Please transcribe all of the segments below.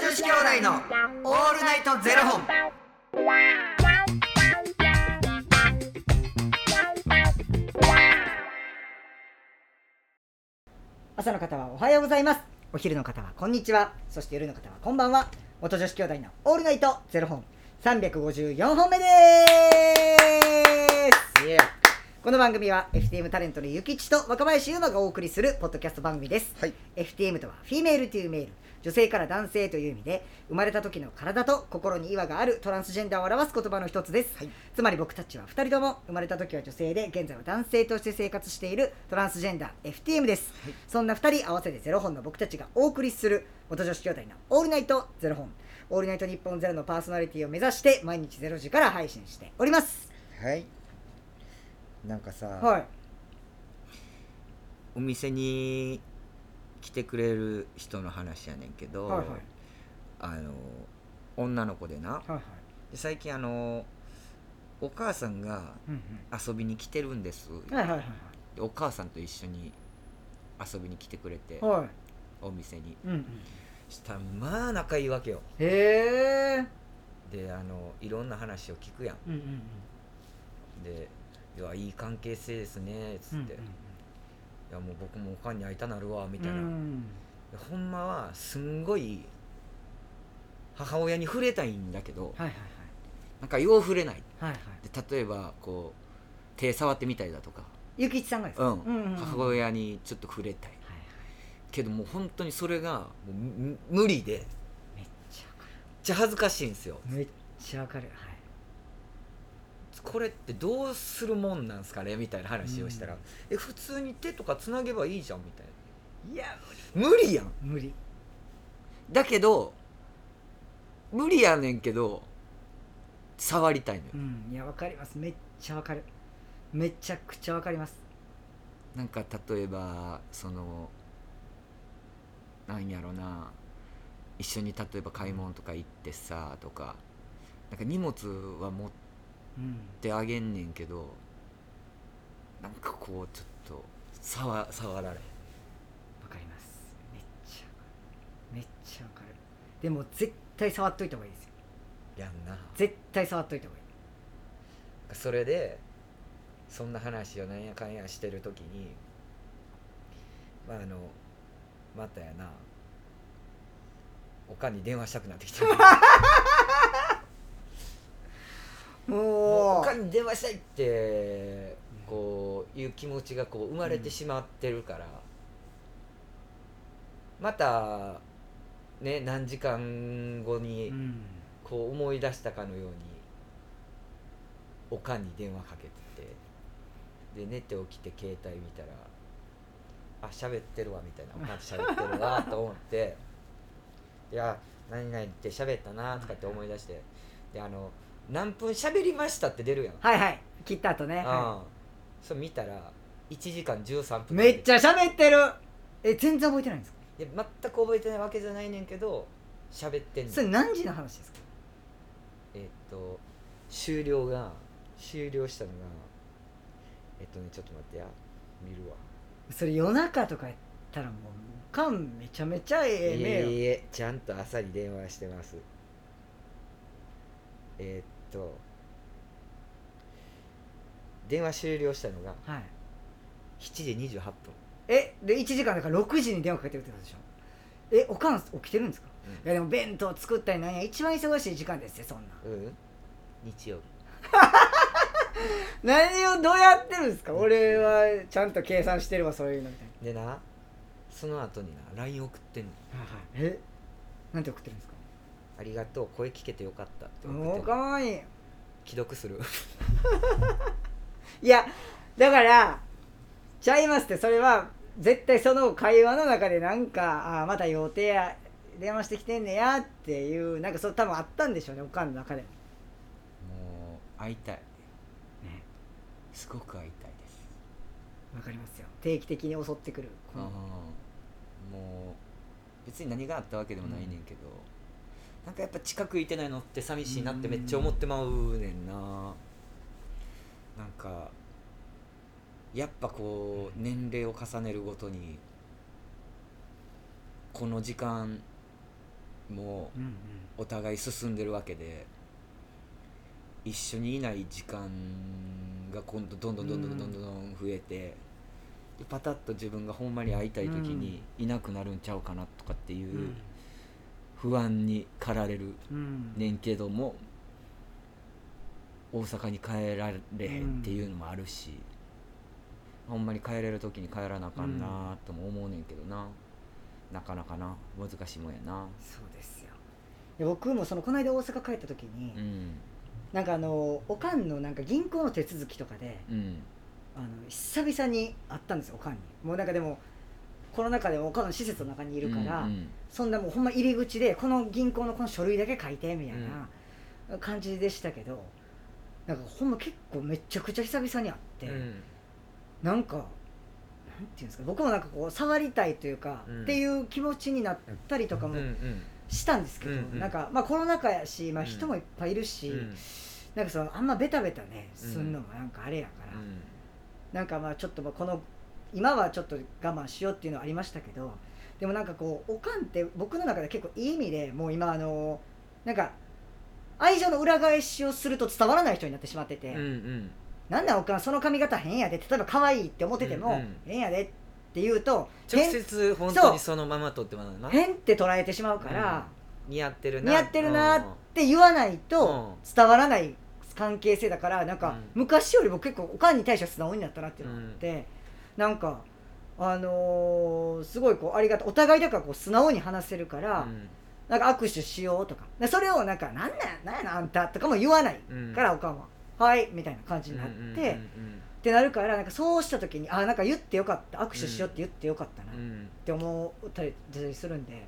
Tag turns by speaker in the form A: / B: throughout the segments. A: 子兄弟のオールナイトゼロ本。
B: 朝の方はおはようございますお昼の方はこんにちはそして夜の方はこんばんは元女子兄弟のオールナイトゼロ本354本目ですこの番組は FTM タレントのゆきちと若林優馬がお送りするポッドキャスト番組です、
C: はい
B: FTM とはフィメールというメール女性から男性という意味で生まれた時の体と心に違和があるトランスジェンダーを表す言葉の一つです、
C: はい
B: つまり僕たちは2人とも生まれた時は女性で現在は男性として生活しているトランスジェンダー FTM です、そんな2人合わせてゼロ本の僕たちがお送りする元女子兄弟の「オールナイトゼロ本」「オールナイト日本ゼロのパーソナリティを目指して毎日ゼロ時から配信しております
C: はいなんかさ、
B: はい
A: お店に来てくれる人の話やねんけど、
B: はいはい
A: あの女の子でな
B: はいはい
A: で最近あのお母さんが
B: うん
A: 遊びに来てるんです、
B: うんはいはいはい
A: でお母さんと一緒に遊びに来てくれて、
B: はいはい
A: お店に
B: うんうん
A: したらまあ仲いいわけよ
B: へえ
A: であのいろんな話を聞くや
B: うんうんうん
A: んで「いやいい関係性ですね」っつって、いやもう僕もおかんに会いたなるわ」
B: み
A: みたいな、ほんまはすんごい母親に触れたいんだけど
B: はいはい
A: なんかよう触れない
B: はいはいはい
A: で例えばこう手触ってみたりだとか、
B: ゆきちさんがです
A: う
B: か
A: ん
B: うんうんうん
A: 母親にちょっと触れたい
B: はいはい
A: けどもう本当にそれがもうむ無理でめっ
B: めっちゃわか
A: ちゃ恥ずかしいんですよ
B: るめっちゃわかるはい
A: これってどうするもんなんすかねみたいな話をしたら、
B: うん
A: え普通に手とかつなげばいいじゃんみたい
B: いや
A: な無理やん
B: 無理
A: だけど無理やねんけど触りたいのよ、
B: うんいやわかりますめっちゃわかるめちゃくちゃわかります
A: なんか例えばそのなんやろな一緒に例えば買い物とか行ってさとかなんか荷物は持っ
B: うん
A: てあげんねんけどなんかこうちょっと触触られん
B: わかりますめっちゃわかるめっちゃわかるでも絶対触っといた方がいいですよ
A: やんな
B: 絶対触っといた方がいい
A: それでそんな話をなんやかんやしてる時にまああのまたやなおかんに電話したくなってきた
B: も
A: お
B: う
A: かんに電話したいってこういう気持ちがこう生まれてしまってるから、またね何時間後
B: う
A: に
B: ん
A: こう思い出したかのようにおかんに電話かけててで寝て起きて携帯見たらあ喋ってるわみたいなおかんと喋ってるわと思って 「いや何々って喋ったな」とかって思い出して「であの何分喋りました」って出るやん、
B: はいはい切った後ね、は
A: うんそれ見たら1時間13
B: い、
A: 分
B: めっち
A: ゃ
B: ゃ喋ってるえ全然覚えてないんですか
A: 全く覚えてないわけじゃないねんけど喋ってんねん
B: それ何時の話ですか
A: えっと終了が終了したのがえっとねちょっと待ってや見るわ
B: それ夜中とかやったらもうおかんめちゃめちゃええ
A: い
B: ね
A: え
B: よ、
A: いえちゃんと朝に電話してますえっと電話終了したのが
B: はい
A: 7時28分
B: えで1時間だから6時に電話かけてるってことでしょえおかん起きてるんですか、
A: うん
B: いやでも弁当作ったりなんや一番忙しい時間ですよそんな
A: うん日曜日
B: 何をどうやってるんですか俺はちゃんと計算してればそういうのみたい
A: でなその後にな LINE 送ってんの
B: な、はいえなんて送ってるんですか
A: ありがとう声聞けてよかったって送ってん
B: お
A: の
B: かわいい
A: 既読する
B: いやだからちゃいますってそれは絶対その会話の中でなんかあーまた予定や電話してきてんねやっていうなんかそう多分あったんでしょうねおかんの中でも
A: もう会いたい
B: ね
A: すごく会いたいです
B: わかりますよ定期的に襲ってくるこ
A: うん
B: の
A: もう別に何があったわけでもないねんけど、なんかやっぱ近くいてないのって寂しいなってめっちゃ思ってまうねんな、なんかやっぱこう年齢を重ねるごとにこの時間も
B: うんうん
A: うお互い進んでるわけで一緒にいない時間が今度どんどんどんどんどんどんどん増えて、でパタッと自分がほんまに会いたい時にいなくなるんちゃうかなとかっていううん不安に駆られる
B: うん
A: ねんけども大阪に帰られへんっていうのもあるし、ほんまに帰れる時に帰らなあかんなあとも思うねんけどな、なかなかな難しいもんやな
B: そうですよで僕もそのこの間大阪帰った時に、
A: うん
B: なんかあのおかんのなんか銀行の手続きとかで、
A: うん
B: あの久々に会ったんですよおかんにもうなんかでもコロナ禍でもおかんの施設の中にいるから、
A: うん
B: そんなもうほんま入り口でこの銀行のこの書類だけ書いてみたいな感じでしたけど、なんかほんま結構めちゃくちゃ久々に会って、
A: うん
B: なんかなんていうんですか僕もなんかこう触りたいというか、
A: うん
B: っていう気持ちになったりとか
A: うん
B: も
A: うん
B: したんですけど、
A: うんうん
B: なんかまあコロナ禍やし、まあ、
A: うん
B: 人もいっぱいいるし、
A: うん
B: なんかそのあんまベタベタね
A: うん
B: すんのもなんかあれやから。なんかまあちょっとまあこの今はちょっと我慢しようっていうのはありましたけどでもなんかこうおかんって僕の中で結構いい意味でもう今あのなんか愛情の裏返しをすると伝わらない人になってしまってて、
A: うんうん
B: なんなんおかんその髪型変やで例えば可愛いって思ってても、
A: うんうん
B: 変やでって言うと
A: 直
B: 変
A: 接本当にそのまま撮ってもらうな
B: 変って捉えてしまうから、
A: 似合ってるな
B: 似合ってるな
A: うん
B: って言わないと
A: う
B: 伝わらない関係性だからなんか
A: うん
B: 昔よりも結構おかんに対しては素直になったなっていうのがあって、なんかあのーすごいこうありがたお互いだからこう素直に話せるから、
A: うん
B: なんか握手しようとかでそれをなんか「なんなんなんやなあんた」とかも言わない
A: うん
B: から、おかんは「はい」みたいな感じになって、ってなるからなんかそうした時に「あなんか言ってよかった握手しようって言ってよかったな」
A: うんうんう
B: っ
A: んうん
B: て思ったりするんで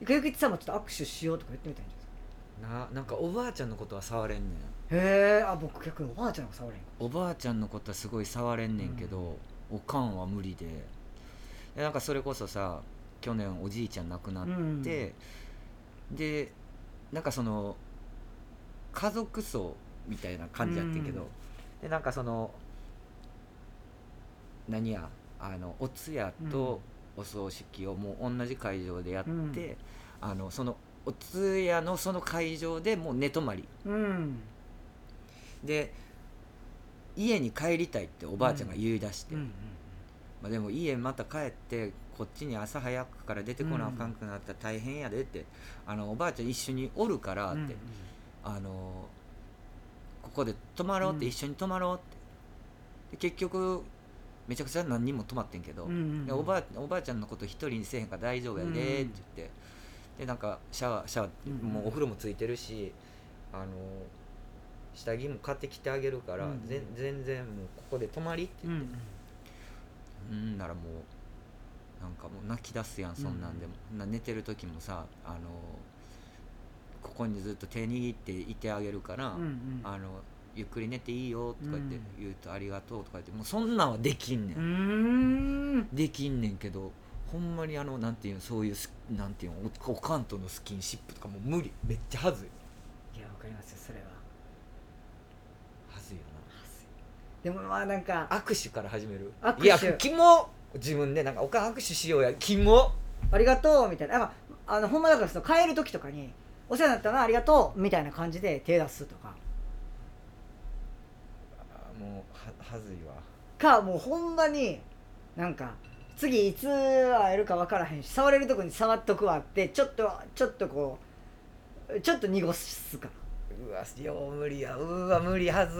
B: ゆきさんもちょっと握手しようとか言ってみたいんじゃないですか
A: ななんかおばあちゃんのことは触れんねん
B: へえあ僕逆におばあちゃんが触れんか
A: おばあちゃんのことはすごい触れんねんけど、おかんは無理ででなんかそれこそさ去年おじいちゃん亡くなっ
B: うん
A: て、でなんかその家族葬みたいな感じやってんけど、
B: うん
A: でなんかその何やあのお通夜とお葬式をもう同じ会場でやって、
B: うん
A: あのそのお通夜のその会場でもう寝泊まり
B: うん
A: で家に帰りたいっておばあちゃんが言い出して、
B: うん
A: まあ、でも家また帰ってこっちに朝早くから出てこなあかんくなったら大変やでって、あのおばあちゃん一緒におるからって、あのここで泊まろうって、
B: うん
A: 一緒に泊まろうってで結局めちゃくちゃ何人も泊まってんけど、でお
B: あ
A: ばあおばあちゃんのこと一人にせえへんから大丈夫やでって言って、でなんかシャワーシャワー、
B: うん
A: もうお風呂もついてるしあの下着も買ってきてあげるから、
B: うん
A: ぜん全然もうここで泊まりって
B: う
A: 言
B: ん
A: っ
B: う
A: て、
B: ん
A: うんならもうなんかもう泣き出すやんそんなんでも、な寝てる時もさあのここにずっと手握っていてあげるから、
B: うんうん
A: あのゆっくり寝ていいよとか言って
B: うん
A: 言うと「ありがとう」とか言ってもうそんなんはできんねん
B: う、ん
A: できんねんけどほんまにあのなんていうのそういうスなんていうのおおかんとのスキンシップとかもう無理めっちゃはずい
B: いやわかりますよそれは
A: はずいよ
B: でもまあなんか
A: な握手から始める
B: 握手
A: いやキモ自分でなんかおかん握手しようやキモ
B: ありがとうみたいなああのほんまだからその帰る時とかにお世話になったなありがとうみたいな感じで手出すとか
A: あーもうははずいわ
B: かもうほんまになんか次いつ会えるか分からへんし触れるとこに触っとくわってちょっとちょっとこうちょっと濁すか
A: うわよう無理やうわ無理はず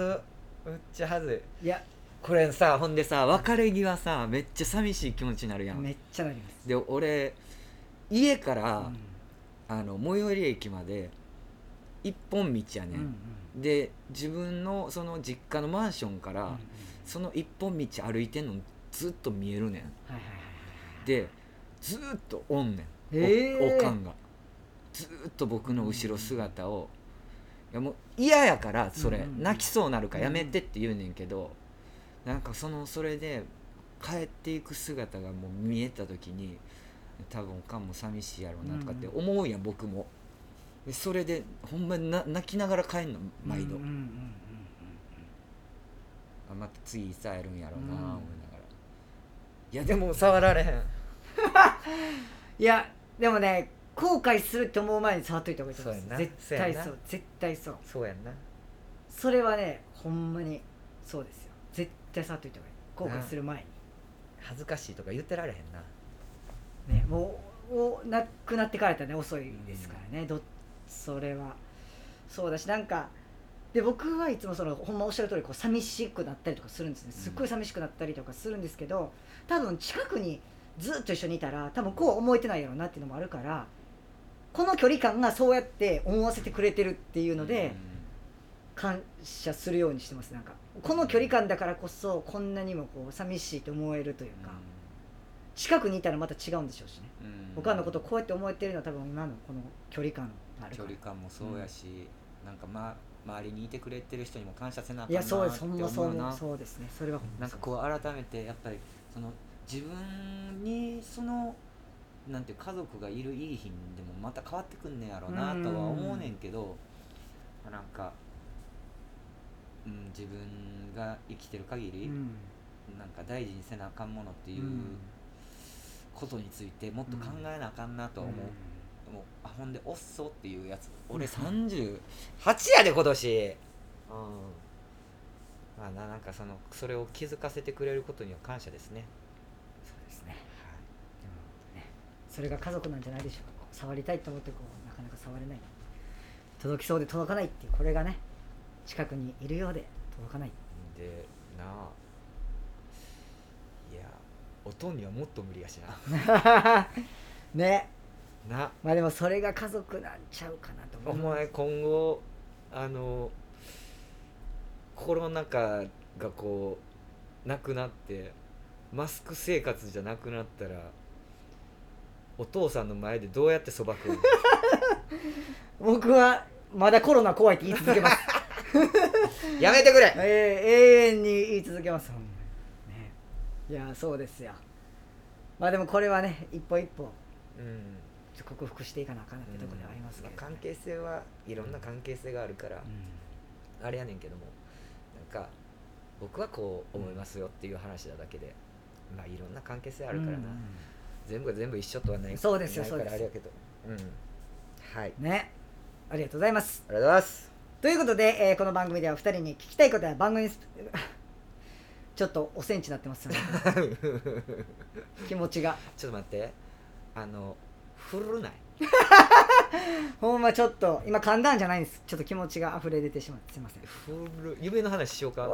A: めっちゃはずい
B: いや
A: これさほんでさ別れ際さめっちゃ寂しい気持ちになるやん
B: めっちゃなります
A: で俺家から、
B: うん
A: あの最寄り駅まで一本道やね
B: うんうん
A: で自分のその実家のマンションから、
B: うんうん
A: その一本道歩いてんのずっと見えるねん
B: はいはいはい
A: でずっとおんねん、お
B: へー
A: おかんがずっと僕の後ろ姿を、いやもう嫌やからそれ、
B: うんうんうん
A: 泣きそうなるからやめてって言うねんけど、なんかそのそれで帰っていく姿がもう見えた時に多分おかんも寂しいやろうなとかって思うやん、僕もでそれでほんまにな泣きながら帰んの毎度、
B: うんうんうん
A: あまた次いつ会えるんやろうな
B: うん
A: 思いながらいやでも触られへん
B: いやでもね後悔するって思う前に触っといた方がいいと思い
A: そう
B: ま
A: やな
B: す絶対
A: そう
B: そ
A: や
B: う絶対そう
A: そうやんな
B: それはねほんまにそうですよ絶対触っといた方がいい後悔する前
A: 恥ずかしいとか言ってられへんな
B: にねもうおなくなってからやったらね遅いですからね、どそれはそうだしなんかで僕はいつもそのほんまおっしゃる通りこう寂しくなったりとかするんですねすっごい寂しくなったりとかするんですけど、多分近くにずっと一緒にいたら多分こう思えてないやろうなっていうのもあるからこの距離感がそうやって思わせてくれてるっていうので、感謝するようにしてますなんかこの距離感だからこそこんなにもこう寂しいと思えるというか、近くにいたらまた違うんでしょうしね、他のことをこうやって思えてるのは多分今のこの距離感があるか
D: 距
B: ら
D: 離感もそうやし、なんか、ま、周りにいてくれてる人にも感謝せなあか
B: い
D: んな
B: や
D: って
B: そ
D: 思
B: う
D: う
B: ですそんなそう思う
D: な
B: そうですねそれはほんま
D: なんかこう改めてやっぱりその自分にそのなんていう家族がいるいい日にでもまた変わってくんねやろうなとは思うねんけどなんか、うん、自分が生きてる限
B: う
D: り、
B: ん
D: なんか大事にせなあかんものっていうことについてもっと考えなあかんなとは思う、もうあほんで「おっそ」っていうやつ俺38やで今年
A: うんまあななんかそのそれを気づかせてくれることには感謝ですね
B: そうですねでもねそれが家族なんじゃないでしょうかこう触りたいと思ってこうなかなか触れない届きそうで届かないっていうこれがね近くにいるようで届かない
A: でなあいや音にはもっと無理やし
B: ね
A: なな
B: まあでもそれが家族なんちゃうかなと
A: お
B: 思う
A: 前今後あの心の中がこうなくなってマスク生活じゃなくなったらお父さんの前でどうやってそば 食うの
B: 僕はまだコロナ怖いって言い続けます、
A: やめてくれ
B: えー永遠に言い続けますほんまにねいやそうですよまあでもこれはね一歩一歩
A: うん
B: 克服していかなあかんなってとこではありますけど、ね
A: まあ関係性はいろんな関係性があるから、あれやねんけどもなんか僕はこう思いますよっていう話なだけで、まあいろんな関係性あるからな、
B: うん
A: 全部が全部一緒とはない
B: そうですよ
A: ないか
B: そう
A: ら
B: で
A: あ
B: す
A: れ
B: よ
A: やけどうんはいあり
B: ねありがとうございます
A: がとうございます
B: ということで、えーこの番組では2人に聞きたいことや番組ス ちょっとおセンチになってますよね気持ちが
A: ちょっと待ってあの振るない
B: ほんまちょっと今噛んだんじゃないんですちょっと気持ちが溢れ出てしまってすいません
A: 振る夢の話しようか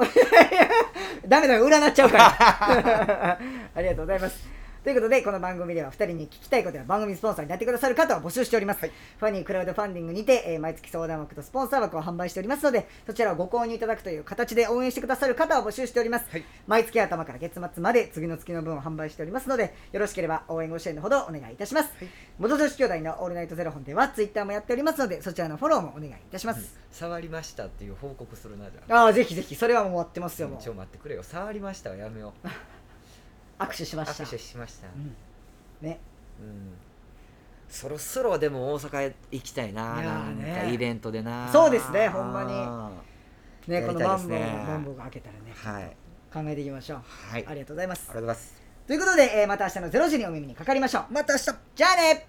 B: ダメだよ占っちゃうから ありがとうございますということでこの番組では2人に聞きたいことや番組スポンサーになってくださる方を募集しております、ファニークラウドファンディングにて、えー毎月相談枠とスポンサー枠を販売しておりますのでそちらをご購入いただくという形で応援してくださる方を募集しております、
A: はい
B: 毎月頭から月末まで次の月の分を販売しておりますのでよろしければ応援ご支援のほどお願いいたします、元女子兄弟の「オールナイトゼロ本ではツイッターもやっておりますのでそちらのフォローもお願いいたします、
A: 触りましたっていう報告するなじゃあ
B: ああぜひぜひそれはもう終わってます
A: ち
B: よ
A: ょ
B: もう
A: 待ってくれよ触りましたはやめよう
B: 握手しました
A: 握手しました
B: うんね
A: うんそろそろでも大阪へ行きたいない
B: やーね
A: なんかイベントでな
B: そうですねほんまにね、
A: にや
B: こ
A: り
B: の
A: た
B: マン
A: いです
B: ボウ
A: ね
B: がマンボウが開けたらね、
A: はい
B: 考えていきましょう。
A: はい
B: あ
A: ありがとう
B: りがとうございます
A: ござ。います
B: ということで、えーまた明日の0時にお耳にかかりましょう。また明日じゃあね